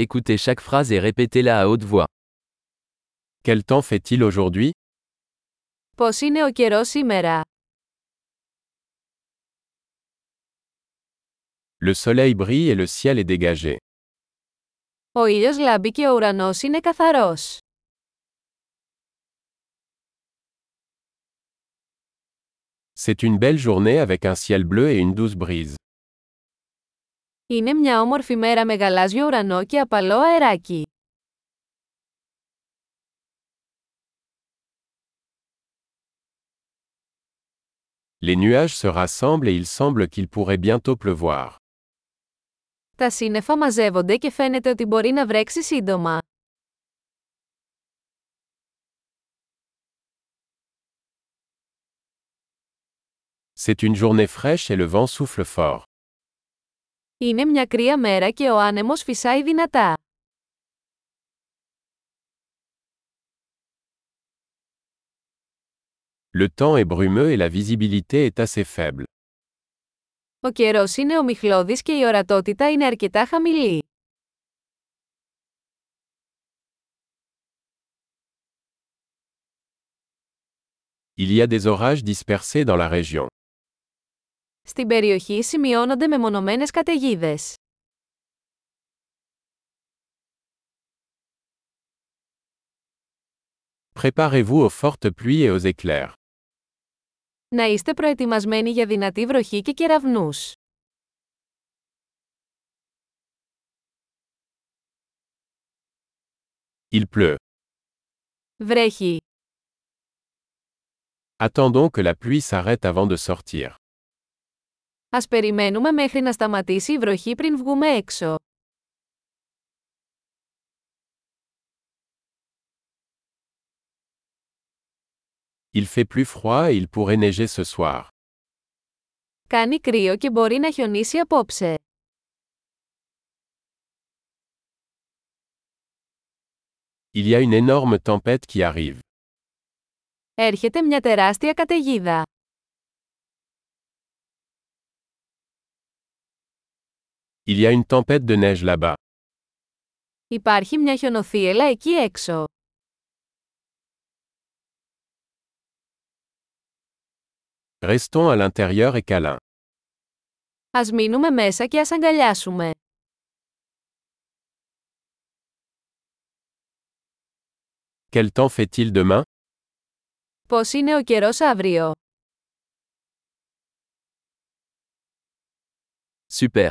Écoutez chaque phrase et répétez-la à haute voix. Quel temps fait-il aujourd'hui Πώς είναι ο καιρός σήμερα. Le soleil brille et le ciel est dégagé. Ο ήλιος λάμπει και ο ουρανός είναι καθαρός. C'est une belle journée avec un ciel bleu et une douce brise. Είναι μια όμορφη μέρα με γαλάζιο ουρανό και απαλό αεράκι. Les nuages se rassemblent et il semble qu'il pourrait bientôt pleuvoir. Τα σύννεφα μαζεύονται και φαίνεται ότι μπορεί να βρέξει σύντομα. C'est une journée fraîche et le vent souffle fort. Είναι μια κρύα μέρα και ο άνεμος φυσάει δυνατά. Le temps est brumeux et la visibilité est assez faible. Ο καιρός είναι ομιχλώδης και η ορατότητα είναι αρκετά χαμηλή. Il y a des orages dispersés dans la région. Στην περιοχή σημειώνονται μεμονωμένες καταιγίδες. Préparez-vous aux fortes pluies et aux éclairs. Να είστε προετοιμασμένοι για δυνατή βροχή και κεραυνούς. Il pleut. Βρέχει. Attendons que la pluie s'arrête avant de sortir. Ας περιμένουμε μέχρι να σταματήσει η βροχή πριν βγούμε έξω. Il fait plus froid et il pourrait neiger ce soir. Κάνει κρύο και μπορεί να χιονίσει απόψε. Il y a une énorme tempête qui arrive. Έρχεται μια τεράστια καταιγίδα. Il y a une tempête de neige là-bas. Υπάρχει μια χιονοθύελα εκεί έξω. Restons à l'intérieur et câlin. Ας μείνουμε μέσα και ας αγκαλιάσουμε. Quel temps fait-il demain Πώς είναι ο καιρός αύριο. Super.